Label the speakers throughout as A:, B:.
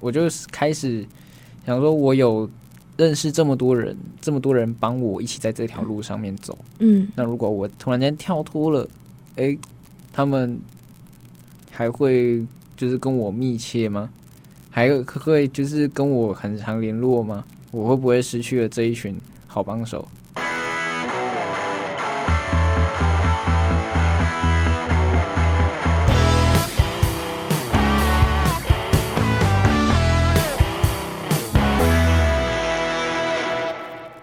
A: 我就开始想说，我有认识这么多人，这么多人帮我一起在这条路上面走。
B: 嗯
A: 那如果我突然间跳脱了，诶，他们还会就是跟我密切吗？还会就是跟我很常联络吗？我会不会失去了这一群好帮手？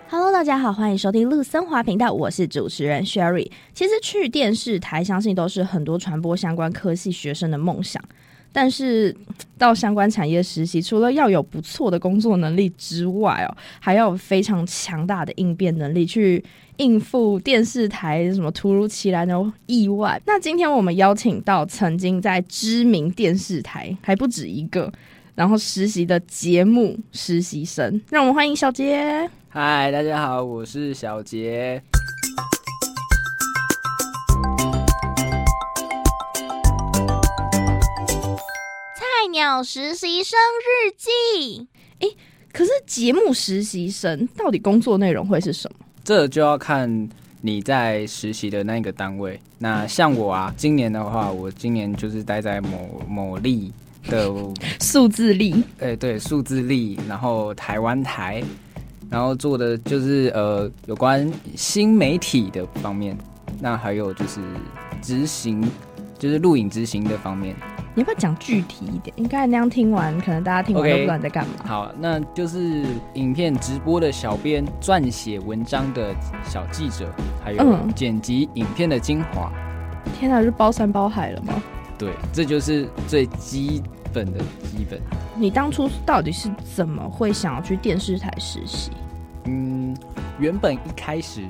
B: ，Hello，大家好，欢迎收听陆森华频道，我是主持人 Sherry。其实去电视台，相信都是很多传播相关科系学生的梦想。但是到相关产业实习，除了要有不错的工作能力之外哦，还要有非常强大的应变能力去应付电视台什么突如其来的意外。那今天我们邀请到曾经在知名电视台还不止一个，然后实习的节目实习生，让我们欢迎小杰。
A: 嗨，大家好，我是小杰。
C: 菜鸟实习生日记。
B: 可是节目实习生到底工作内容会是什么？
A: 这就要看你在实习的那个单位。那像我啊，今年的话，我今年就是待在某某力的，
B: 数字力，
A: 哎、对，数字力，然后台湾台，然后做的就是呃有关新媒体的方面，那还有就是执行，就是录影执行的方面。
B: 你要不要讲具体一点？你刚才那样听完，可能大家听完
A: OK
B: 都不知道你在干嘛。
A: 好，那就是影片直播的小编、撰写文章的小记者，还有
B: 嗯
A: 剪辑影片的精华。
B: 天哪，就包山包海了吗？
A: 对，这就是最基本的基本。
B: 你当初到底是怎么会想要去电视台实习？
A: 嗯，原本一开始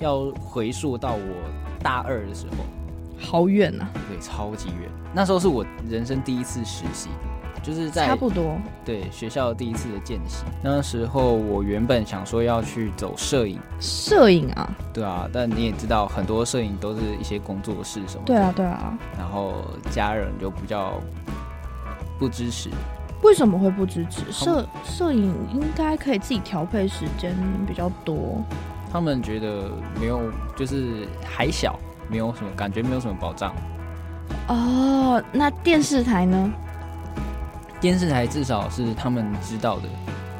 A: 要回溯到我大二的时候，
B: 好远啊，
A: 对，超级远。那时候是我人生第一次实习，就是
B: 差
A: 在
B: 不多。
A: 对学校第一次的见习。那时候我原本想说要去走摄影，
B: 摄影啊，
A: 对啊，但你也知道，很多摄影都是一些工作室什么的，
B: 对啊，对啊。
A: 然后家人就比较不支持。
B: 为什么会不支持摄摄影？应该可以自己调配时间比较多。
A: 他们觉得没有，就是还小，没有什么感觉，没有什么保障。
B: 哦，那电视台呢？
A: 电视台至少是他们知道的，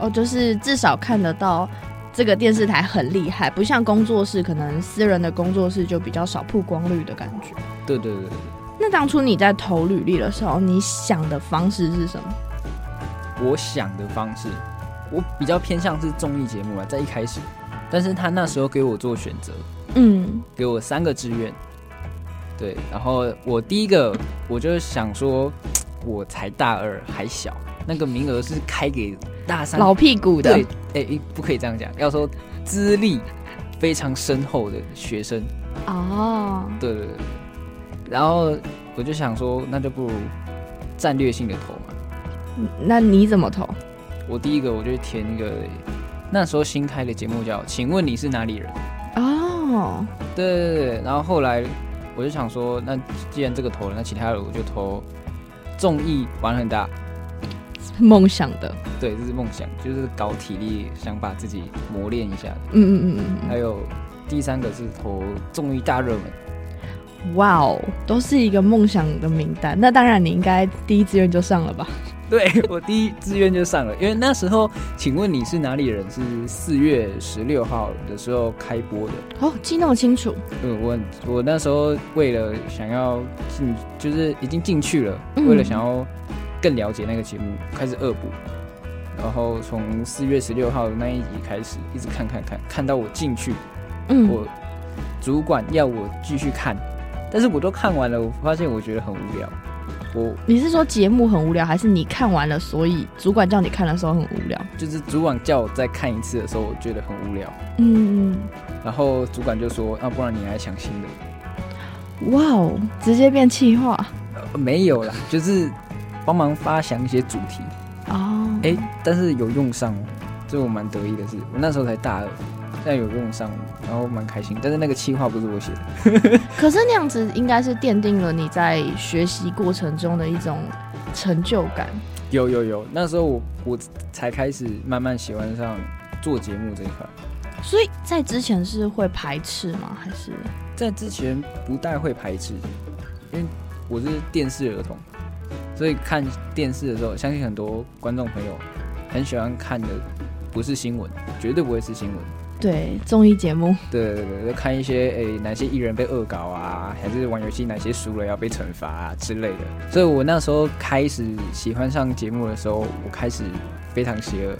B: 哦，就是至少看得到这个电视台很厉害，不像工作室，可能私人的工作室就比较少曝光率的感觉。
A: 对对对对，
B: 那当初你在投履历的时候，你想的方式是什么？
A: 我想的方式，我比较偏向是综艺节目啊，在一开始，但是他那时候给我做选择，
B: 嗯，
A: 给我三个志愿，对，然后我第一个我就想说，我才大二还小，那个名额是开给大三
B: 老屁股的
A: 对，，哎、不可以这样讲，要说资历非常深厚的学生，
B: 哦，
A: 对对对，然后我就想说，那就不如战略性的投嘛。
B: 那你怎么投？
A: 我第一个我就填一个，那时候新开的节目叫《请问你是哪里人》。
B: 哦，
A: 对对对对，然后后来我就想说，那既然这个投了，那其他的我就投综艺玩很大。
B: 梦想的，
A: 对，这是梦想，就是搞体力，想把自己磨练一下的。
B: 嗯嗯嗯嗯
A: 还有第三个是投综艺大热门，
B: 嗯，哇哦，都是一个梦想的名单。那当然，你应该第一志愿就上了吧？
A: 对我第一志愿就上了，因为那时候，请问你是哪里人？是四月十六号的时候开播的。
B: 哦，记那么清楚，
A: 嗯，我我那时候为了想要进，就是已经进去了，
B: 嗯
A: 为了想要更了解那个节目，开始恶补，然后从四月十六号那一集开始，一直看看看，看到我进去，
B: 嗯，
A: 我主管要我继续看，但是我都看完了，我发现我觉得很无聊，我
B: 你是说节目很无聊，还是你看完了，所以主管叫你看的时候很无聊？
A: 就是主管叫我再看一次的时候，我觉得很无聊。
B: 嗯，
A: 然后主管就说：“那、不然你来想新的。
B: 哇哦，直接变气话
A: 呃没有啦， 就是帮忙发想一些主题。
B: 哦。
A: 哎、但是有用上哦，这我蛮得意的是，我那时候才大二，现在有用上，然后蛮开心。但是那个企划不是我写的，
B: 可是那样子应该是奠定了你在学习过程中的一种成就感。
A: 有有有，那时候我我才开始慢慢喜欢上做节目这一块，
B: 所以在之前是会排斥吗？还是
A: 在之前不太会排斥，因为我是电视儿童，所以看电视的时候，相信很多观众朋友很喜欢看的不是新闻，绝对不会是新闻。
B: 对综艺节目？
A: 对对对，就看一些诶、哪些艺人被恶搞啊，还是玩游戏哪些输了要被惩罚啊之类的。所以我那时候开始喜欢上节目的时候，我开始非常邪恶，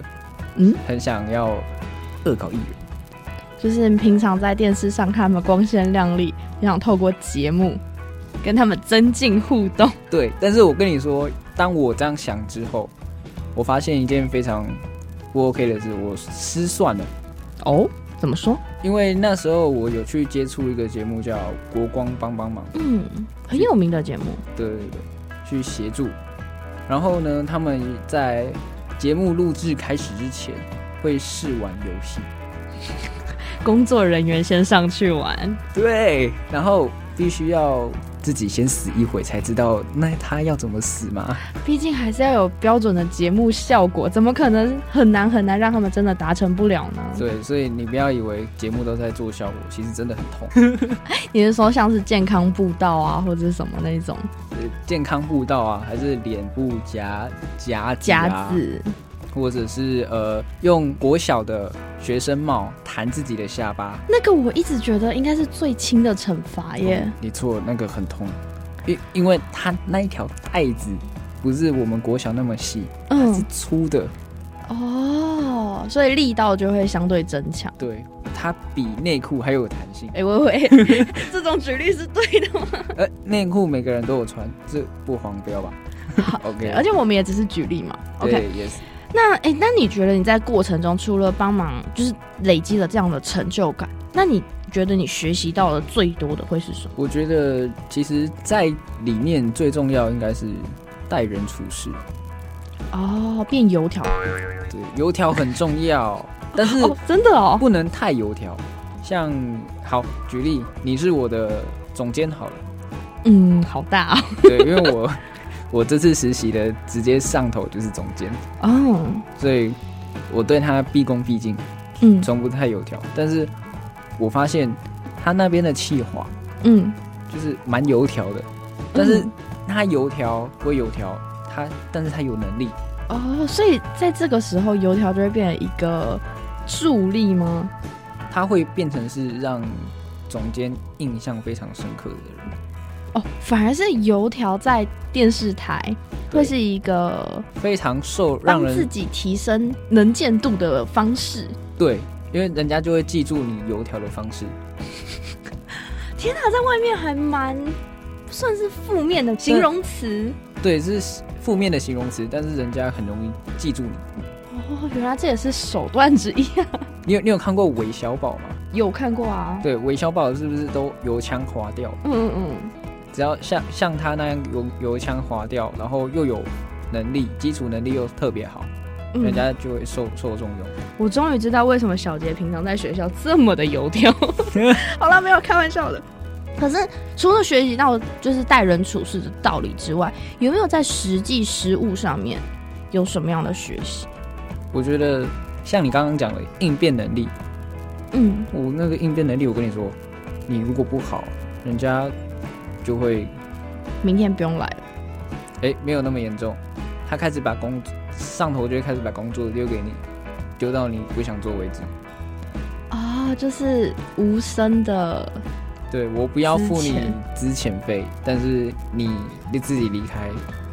B: 嗯，
A: 很想要恶搞艺人。
B: 就是平常在电视上看他们光鲜亮丽，你想透过节目跟他们增进互动。
A: 对，但是我跟你说，当我这样想之后，我发现一件非常不 OK 的事，我失算了。
B: 哦，怎么说？
A: 因为那时候我有去接触一个节目叫《国光帮帮忙》，
B: 嗯，很有名的节目。
A: 对对对，去协助。然后呢，他们在节目录制开始之前会试玩游戏，
B: 工作人员先上去玩，
A: 对，然后必须要自己先死一回才知道那他要怎么死嘛。
B: 毕竟还是要有标准的节目效果，怎么可能很难很难让他们真的达成不了呢？
A: 对，所以你不要以为节目都在做效果，其实真的很痛。
B: 你是说像是健康步道啊，或者是什么那种
A: 呃健康步道啊，还是脸部夹夹子啊
B: 夹子？
A: 或者是呃用国小的学生帽弹自己的下巴，
B: 那个我一直觉得应该是最轻的惩罚耶。
A: 哎你错了，那个很痛，因因为它那一条带子不是我们国小那么细，它是
B: 嗯，
A: 粗的，
B: 哦，所以力道就会相对增强。
A: 对，它比内裤还有弹性。
B: 哎、喂 喂，这种举例是对的吗？
A: 呃，内裤每个人都有穿，这不黄标吧 ？OK，
B: 而且我们也只是举例嘛。OK，
A: 对，yes，
B: 那哎、诶那你觉得你在过程中除了帮忙，就是累积了这样的成就感，那你觉得你学习到的最多的会是什么？
A: 我觉得其实在里面最重要应该是待人处事，
B: 哦，变油条
A: 对，油条很重 要，但是
B: 哦，真的哦，
A: 不能太油条。像好举例，你是我的总监好了，
B: 嗯，好大啊、
A: 对，因为我我这次实习的直接上头就是总监，
B: 哦，哦，
A: 所以我对他毕恭毕敬，
B: 嗯
A: 从不太油条。但是我发现他那边的气话
B: 嗯，
A: 就是蛮油条的，但是
B: 嗯
A: 他油条归油条，他但是他有能力，
B: 哦，所以在这个时候，油条就会变成一个助力吗？
A: 他会变成是让总监印象非常深刻的人，
B: 哦，反而是油条在电视台会
A: 对
B: 是一个
A: 非常受让
B: 帮自
A: 人
B: 己提升能见度的方式。
A: 对，因为人家就会记住你油条的方式。
B: 天哪，在外面还蛮算是负面的形容词
A: 对，是负面的形容词，但是人家很容易记住你。
B: 哦，原来这也是手段之一啊！
A: 你有你有看过韦小宝吗？
B: 有看过啊？
A: 对，韦小宝是不是都油腔滑调？
B: 嗯嗯嗯，
A: 只要像像他那样油油腔滑调，然后又有能力，基础能力又特别好，
B: 嗯
A: 人家就会受受重用。
B: 我终于知道为什么小杰平常在学校这么的油 条。好了，没有开玩笑的。可是除了学习到就是待人处事的道理之外，有没有在实际实务上面有什么样的学习？
A: 我觉得像你刚刚讲的应变能力，
B: 嗯，
A: 我那个应变能力，我跟你说，你如果不好，人家就会
B: 明天不用来了。
A: 哎没有那么严重，他开始把工上头就会开始把工作丢给你，丢到你不想做为止。
B: 啊、就是无声的
A: 对我不要付
B: 资
A: 你
B: 遣
A: 资遣费，但是你你自己离开。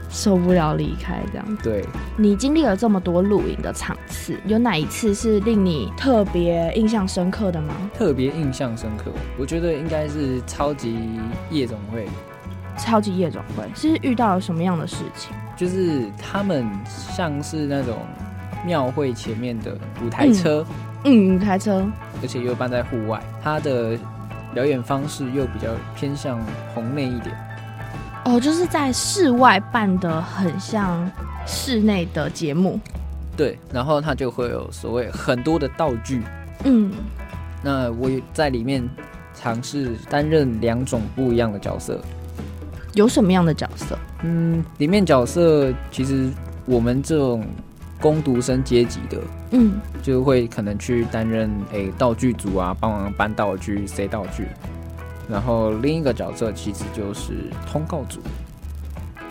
B: 受不了离开这样。
A: 对，
B: 你经历了这么多露营的场次，有哪一次是令你特别印象深刻的吗？
A: 特别印象深刻，我觉得应该是超级夜总会，
B: 超级夜总会是遇到了什么样的事情？
A: 就是他们像是那种庙会前面的舞台车，
B: 嗯，舞台车，
A: 而且又办在户外，它的表演方式又比较偏向棚内一点。
B: 哦，就是在室外办的很像室内的节目。
A: 对，然后它就会有所谓很多的道具，
B: 嗯，
A: 那我也在里面尝试担任两种不一样的角色。
B: 有什么样的角色？
A: 嗯，里面角色其实我们这种工读生阶级的，
B: 嗯，
A: 就会可能去担任诶、道具组啊，帮忙搬道具、塞道具。然后另一个角色其实就是通告组，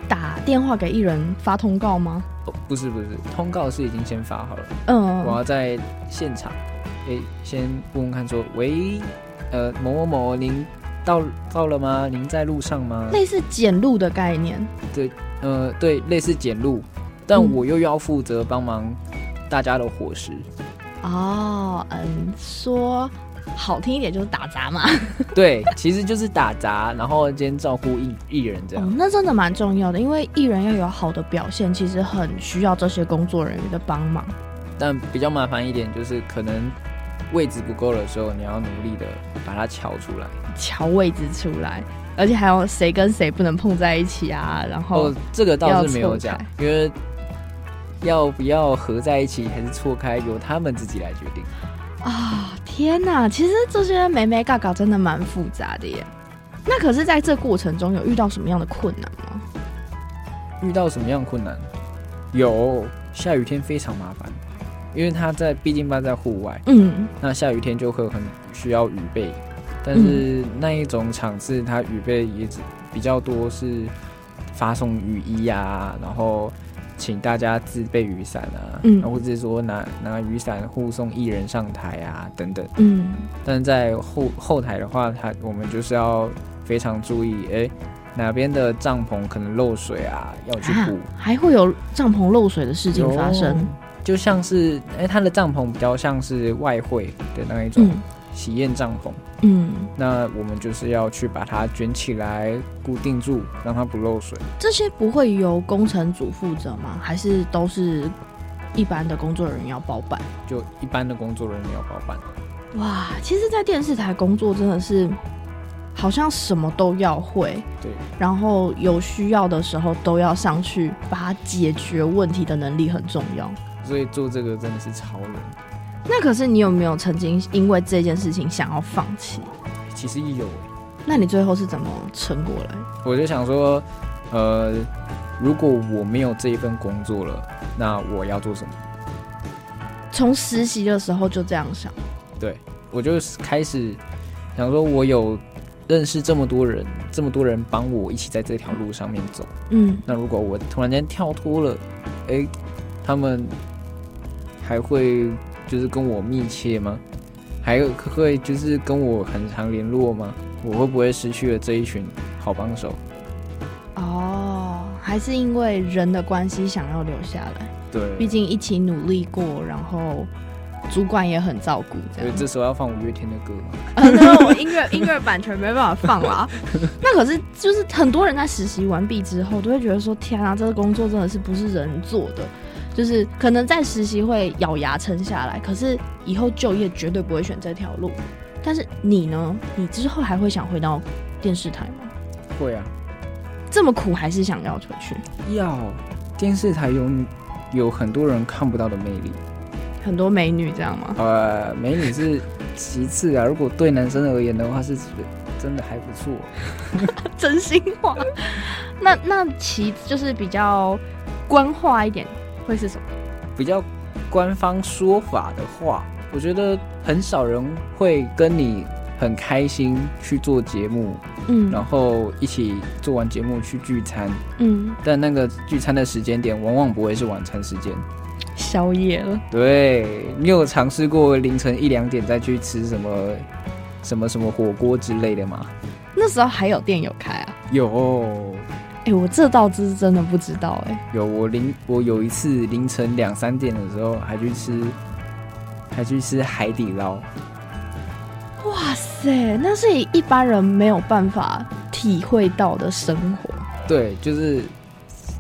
B: 打电话给艺人发通告吗？
A: 哦，不是不是，通告是已经先发好了，我
B: 嗯，
A: 要在现场，诶、先问问看说，喂，呃，某某某，您到到了吗？您在路上吗？
B: 类似捡路的概念。
A: 呃，对，类似捡路，但
B: 嗯
A: 我又要负责帮忙大家的伙食，
B: 哦，嗯，说好听一点就是打杂嘛。
A: 对，其实就是打杂，然后兼照顾艺艺人这样。
B: 哦，那真的蛮重要的，因为艺人要有好的表现，其实很需要这些工作人员的帮忙。
A: 但比较麻烦一点就是，可能位置不够的时候，你要努力的把它瞧出来。
B: 调位置出来，而且还有谁跟谁不能碰在一起啊，然后
A: 哦，这个倒是没有
B: 要
A: 讲
B: 错，
A: 因为要不要合在一起还是错开，由他们自己来决定。
B: 啊、天哪，其实这些美美嘎嘎真的蛮复杂的耶。那可是，在这过程中有遇到什么样的困难吗？
A: 遇到什么样的困难？有下雨天非常麻烦，因为他在毕竟办在户外，
B: 嗯，
A: 那下雨天就会很需要雨备，但
B: 嗯
A: 是那一种场次，它雨备也只比较多是发送雨衣啊，然后请大家自备雨伞啊，
B: 嗯
A: 或者是说拿拿雨伞护送艺人上台啊等等。
B: 嗯，
A: 但在后后台的话，它我们就是要非常注意，诶，哪边的帐篷可能漏水啊，要去
B: 啊
A: 补。，
B: 还会有帐篷漏水的事情
A: 有
B: 发生。
A: 就像是，诶，它的帐篷比较像是外汇的那一种
B: 嗯
A: 喜宴帐篷，
B: 嗯，
A: 那我们就是要去把它卷起来，固定住，让它不漏水。
B: 这些不会由工程组负责吗？还是都是一般的工作人员要包办？
A: 就一般的工作人员要包办。
B: 哇，其实，在电视台工作真的是好像什么都要会，
A: 对，
B: 然后有需要的时候都要上去，把它解决问题的能力很重要。
A: 所以做这个真的是超人。
B: 那可是你有没有曾经因为这件事情想要放弃？
A: 其实有欸，
B: 那你最后是怎么撑过来？
A: 我就想说，呃，如果我没有这一份工作了，那我要做什么？
B: 从实习的时候就这样想，
A: 我就开始想说，我有认识这么多人，这么多人帮我一起在这条路上面走。
B: 嗯，
A: 那如果我突然间跳脱了，诶，他们还会就是跟我密切吗？还会就是跟我很常联络吗？我会不会失去了这一群好帮手？
B: 哦，还是因为人的关系想要留下来，毕
A: 对，
B: 竟一起努力过，然后主管也很照顾，这
A: 所以
B: 样。
A: 这时候要放五月天的歌嘛？
B: 呃，那我音乐音乐版权没办法放啦。那可是就是很多人在实习完毕之后，都会觉得说：天啊，这个工作真的是不是人做的？就是可能在实习会咬牙撑下来，可是以后就业绝对不会选这条路。但是你呢？你之后还会想回到电视台吗？
A: 会啊，
B: 这么苦还是想要回去？
A: 要电视台有有很多人看不到的魅力，
B: 很多美女这样吗？
A: 呃， 美女是其次啊。如果对男生而言的话，是真的还不错。
B: 真心话。 那那其就是比较官话一点，会是什么？
A: 比较官方说法的话，我觉得很少人会跟你很开心去做节目，
B: 嗯
A: 然后一起做完节目去聚餐。
B: 嗯，
A: 但那个聚餐的时间点往往不会是晚餐时间。
B: 宵夜了。
A: 对你有尝试过凌晨一两点再去吃什么什么什么火锅之类的吗？
B: 那时候还有店有开啊？
A: 有。
B: 哎、我这倒是真的不知道哎、
A: 有我凌我有一次凌晨两三点的时候还去吃，还去吃海底捞，
B: 哇塞，那是一般人没有办法体会到的生活。
A: 对，就是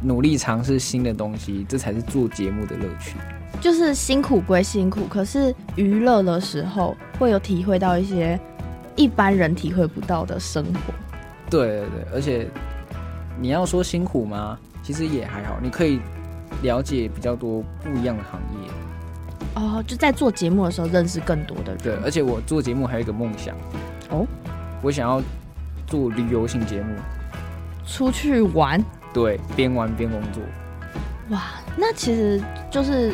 A: 努力尝试新的东西，这才是做节目的乐趣。
B: 就是辛苦归辛苦，可是娱乐的时候会有体会到一些一般人体会不到的生活。
A: 对对对，而且你要说辛苦吗？其实也还好，你可以了解比较多不一样的行业。
B: 哦，就在做节目的时候认识更多的人。
A: 对，而且我做节目还有一个梦想
B: 哦，
A: 我想要做旅游型节目，
B: 出去玩
A: 对，边玩边工作。
B: 哇，那其实就是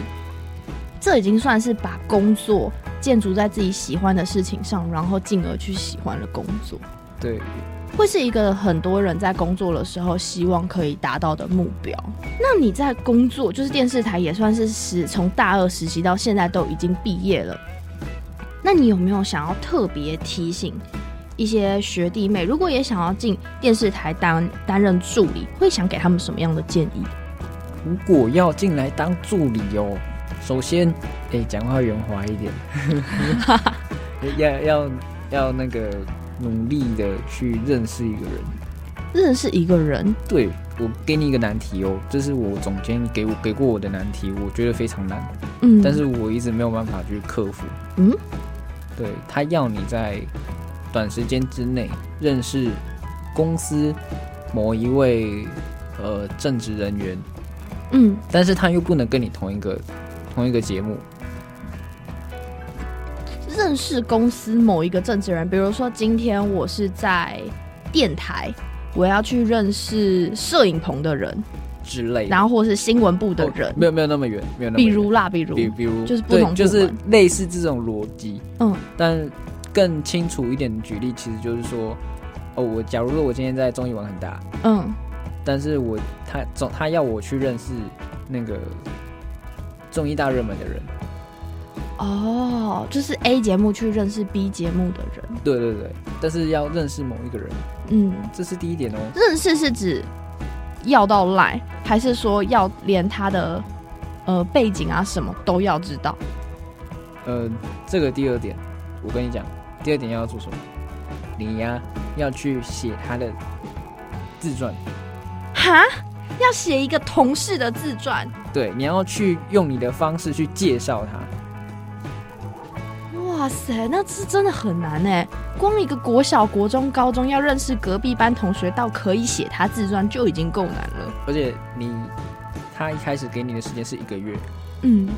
B: 这已经算是把工作建筑在自己喜欢的事情上，然后进而去喜欢了工作，
A: 对，
B: 会是一个很多人在工作的时候希望可以达到的目标。那你在工作，就是电视台也算是实从大二实习到现在都已经毕业了，那你有没有想要特别提醒？一些学弟妹如果也想要进电视台担担任助理，会想给他们什么样的建议？
A: 如果要进来当助理哦，首先，哎、讲话圆滑 一点，要要要那个努力的去认识一个人。
B: 认识一个人，
A: 对我给你一个难题哦，这是我总监给我给过我的难题，我觉得非常难，
B: 嗯，
A: 但是我一直没有办法去克服。
B: 嗯，
A: 对他要你在短时间之内认识公司某一位呃正职人员，
B: 嗯，
A: 但是他又不能跟你同一个同一个节目，
B: 认识公司某一个正职人，比如说今天我是在电台，我要去认识摄影棚的人，
A: 之类的。
B: 然后或是新闻部的
A: 哦
B: 人，
A: 没有没有那么远，没有那么
B: 比
A: 远
B: 如啦，比如，
A: 比比如
B: 就是不
A: 对
B: 同部
A: 就是
B: 门
A: 类似这种逻辑，
B: 嗯，
A: 但更清楚一点的举例，其实就是说，哦，我假如说我今天在综艺玩很大，
B: 嗯，
A: 但是我他总他要我去认识那个综艺大热门的人，
B: 哦，就是 A 节目去认识 B 节目的人，
A: 对对对，但是要认识某一个人，
B: 嗯，
A: 这是第一点哦。
B: 认识是指要到赖，还是说要连他的呃背景啊什么都要知道？
A: 呃，这个第二点，我跟你讲，第二点要做什么？你呀、要去写他的自传，
B: 哈，要写一个同事的自传。
A: 对，你要去用你的方式去介绍他。
B: 哇塞，那是真的很难哎！光一个国小、国中、高中要认识隔壁班同学，到可以写他自传就已经够难了。
A: 而且你他一开始给你的时间是一个月，
B: 嗯，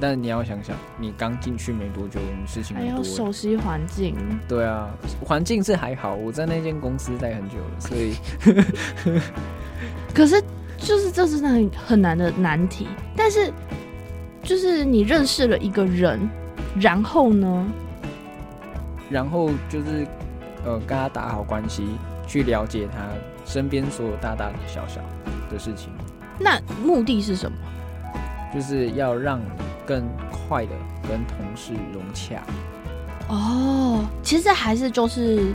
A: 但你要想想，你刚进去没多久，你事情
B: 还
A: 很
B: 要
A: 多欸。
B: 熟悉环境。
A: 对啊，环境是还好，我在那间公司待很久了，所以
B: 可是，就是这真的很很难的难题。但是，就是你认识了一个人，然后呢？
A: 然后就是呃跟他打好关系，去了解他身边所有大大小小的事情，
B: 那目的是什么？
A: 就是要让你更快的跟同事融洽。
B: 哦，其实还是就是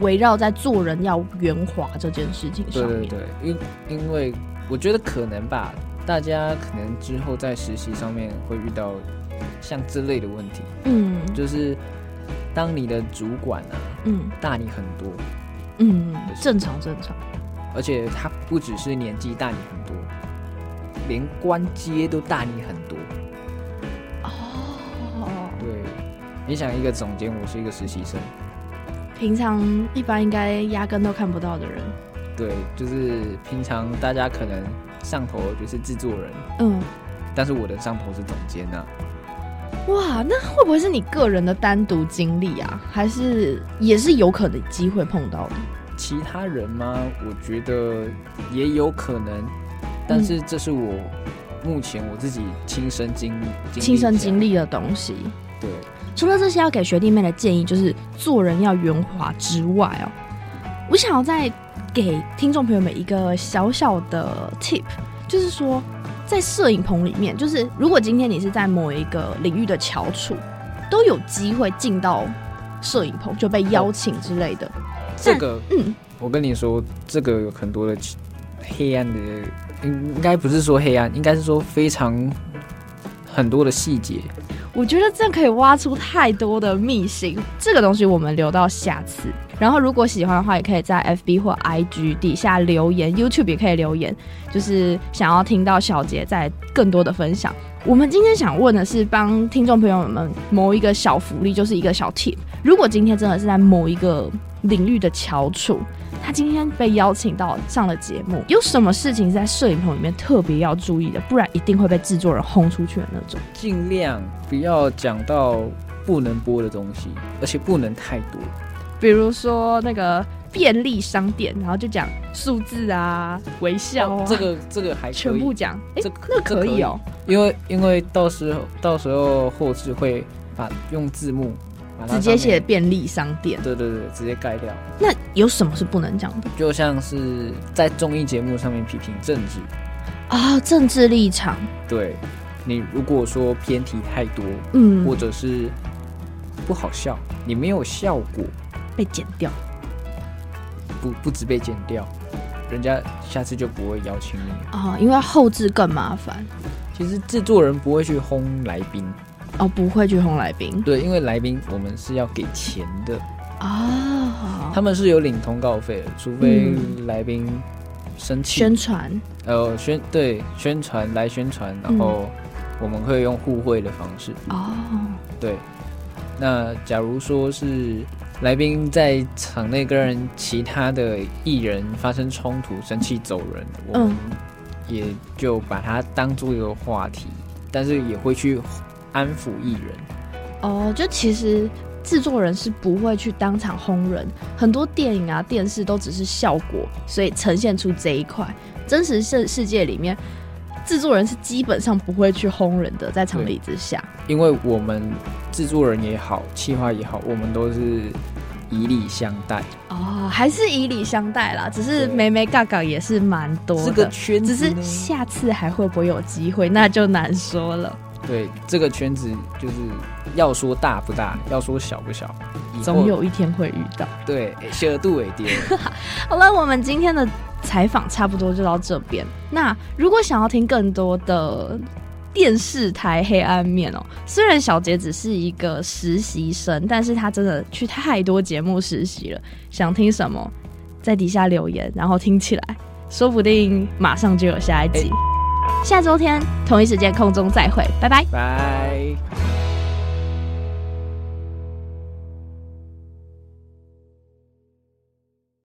B: 围绕在做人要圆滑这件事情
A: 对
B: 上
A: 对
B: 面。
A: 对，因因为我觉得可能吧，大家可能之后在实习上面会遇到像这类的问题，
B: 嗯
A: 就是当你的主管啊
B: 嗯
A: 大你很多，
B: 嗯，正常正常。
A: 而且他不只是年纪大你很多，连官阶都大你很多。
B: 哦，
A: 对，你想一个总监，我是一个实习生，
B: 平常一般应该压根都看不到的人，
A: 对，就是平常大家可能上头就是制作人，
B: 嗯，
A: 但是我的上头是总监啊。
B: 哇，那会不会是你个人的单独经历啊？还是也是有可能机会碰到的？
A: 其他人吗？我觉得也有可能，但是这是我目前我自己亲身经历，
B: 亲身经
A: 历
B: 历的东西。
A: 下。对，
B: 除了这些要给学弟妹的建议，就是做人要圆滑之外哦，我想要再给听众朋友们一个小小的 tip，就是说，在摄影棚里面，就是如果今天你是在某一个领域的翘楚，都有机会进到摄影棚就被邀请之类的。
A: 这个，
B: 嗯，
A: 我跟你说，这个有很多的黑暗的，应应该不是说黑暗，应该是说非常很多的细节。
B: 我觉得这样可以挖出太多的秘辛。这个东西我们留到下次。然后如果喜欢的话，也可以在 FB 或 IG 底下留言，YouTube 也可以留言，就是想要听到小杰在更多的分享。我们今天想问的是，帮听众朋友们谋一个小福利，就是一个小 tip。如果今天真的是在某一个领域的翘楚，他今天被邀请到上了节目，有什么事情是在摄影棚里面特别要注意的，不然一定会被制作人轰出去的那种。
A: 尽量不要讲到不能播的东西，而且不能太多。
B: 比如说那个便利商店，然后就讲数字啊、微笑啊，
A: 哦这个这个还可以
B: 全部讲，哎、
A: 这
B: 那
A: 那
B: 可以哦、
A: 因为因为到时候到时候后置会把用字幕把它
B: 直接
A: 上面
B: 写，便利商店。
A: 对对对，直接盖掉，
B: 那有什么是不能讲的
A: 就像是在综艺节目上面批评政治，
B: 啊、政治立场，
A: 对你如果说偏题太多，
B: 嗯，
A: 或者是不好笑，你没有效果，
B: 被剪掉。
A: 不不止被剪掉，人家下次就不会邀请你了。
B: 哦，因为后置更麻烦
A: 其实制作人不会去轰来宾，
B: 哦，不会去轰来宾
A: 对，因为来宾我们是要给钱的，
B: 哦，
A: 他们是有领通告费的，除非
B: 嗯
A: 来宾生气，
B: 宣传
A: 呃宣对宣传来宣
B: 嗯
A: 传，然后我们会用互惠的方式，
B: 哦，
A: 对。那假如说是来宾在场内跟人其他的艺人发生冲突，生气走人，我们
B: 嗯
A: 也就把它当做一个话题，但是也会去安抚艺人。
B: 哦，就其实制作人是不会去当场轰人，很多电影啊、电视都只是效果，所以呈现出这一块。真实世世界里面，制作人是基本上不会去轰人的，在常理之下。
A: 因为我们制作人也好，企划也好，我们都是以礼相待。
B: 哦，还是以礼相待啦，只是
A: 对
B: 眉眉嘎嘎也是蛮多
A: 这个
B: 的。
A: 圈
B: 只
A: 子
B: 是
A: 呢
B: 下次还会不会有机会，那就难说了。
A: 对这个圈子，就是要说大不大，要说小不小，以后
B: 总有一天会遇到。
A: 对小度为爹。
B: 好了，我们今天的采访差不多就到这边。那如果想要听更多的电视台黑暗面哦，虽然小杰只是一个实习生，但是他真的去太多节目实习了。想听什么，在底下留言，然后听起来，说不定马上就有下一集。下周天同一时间空中再会，拜拜。
A: 拜。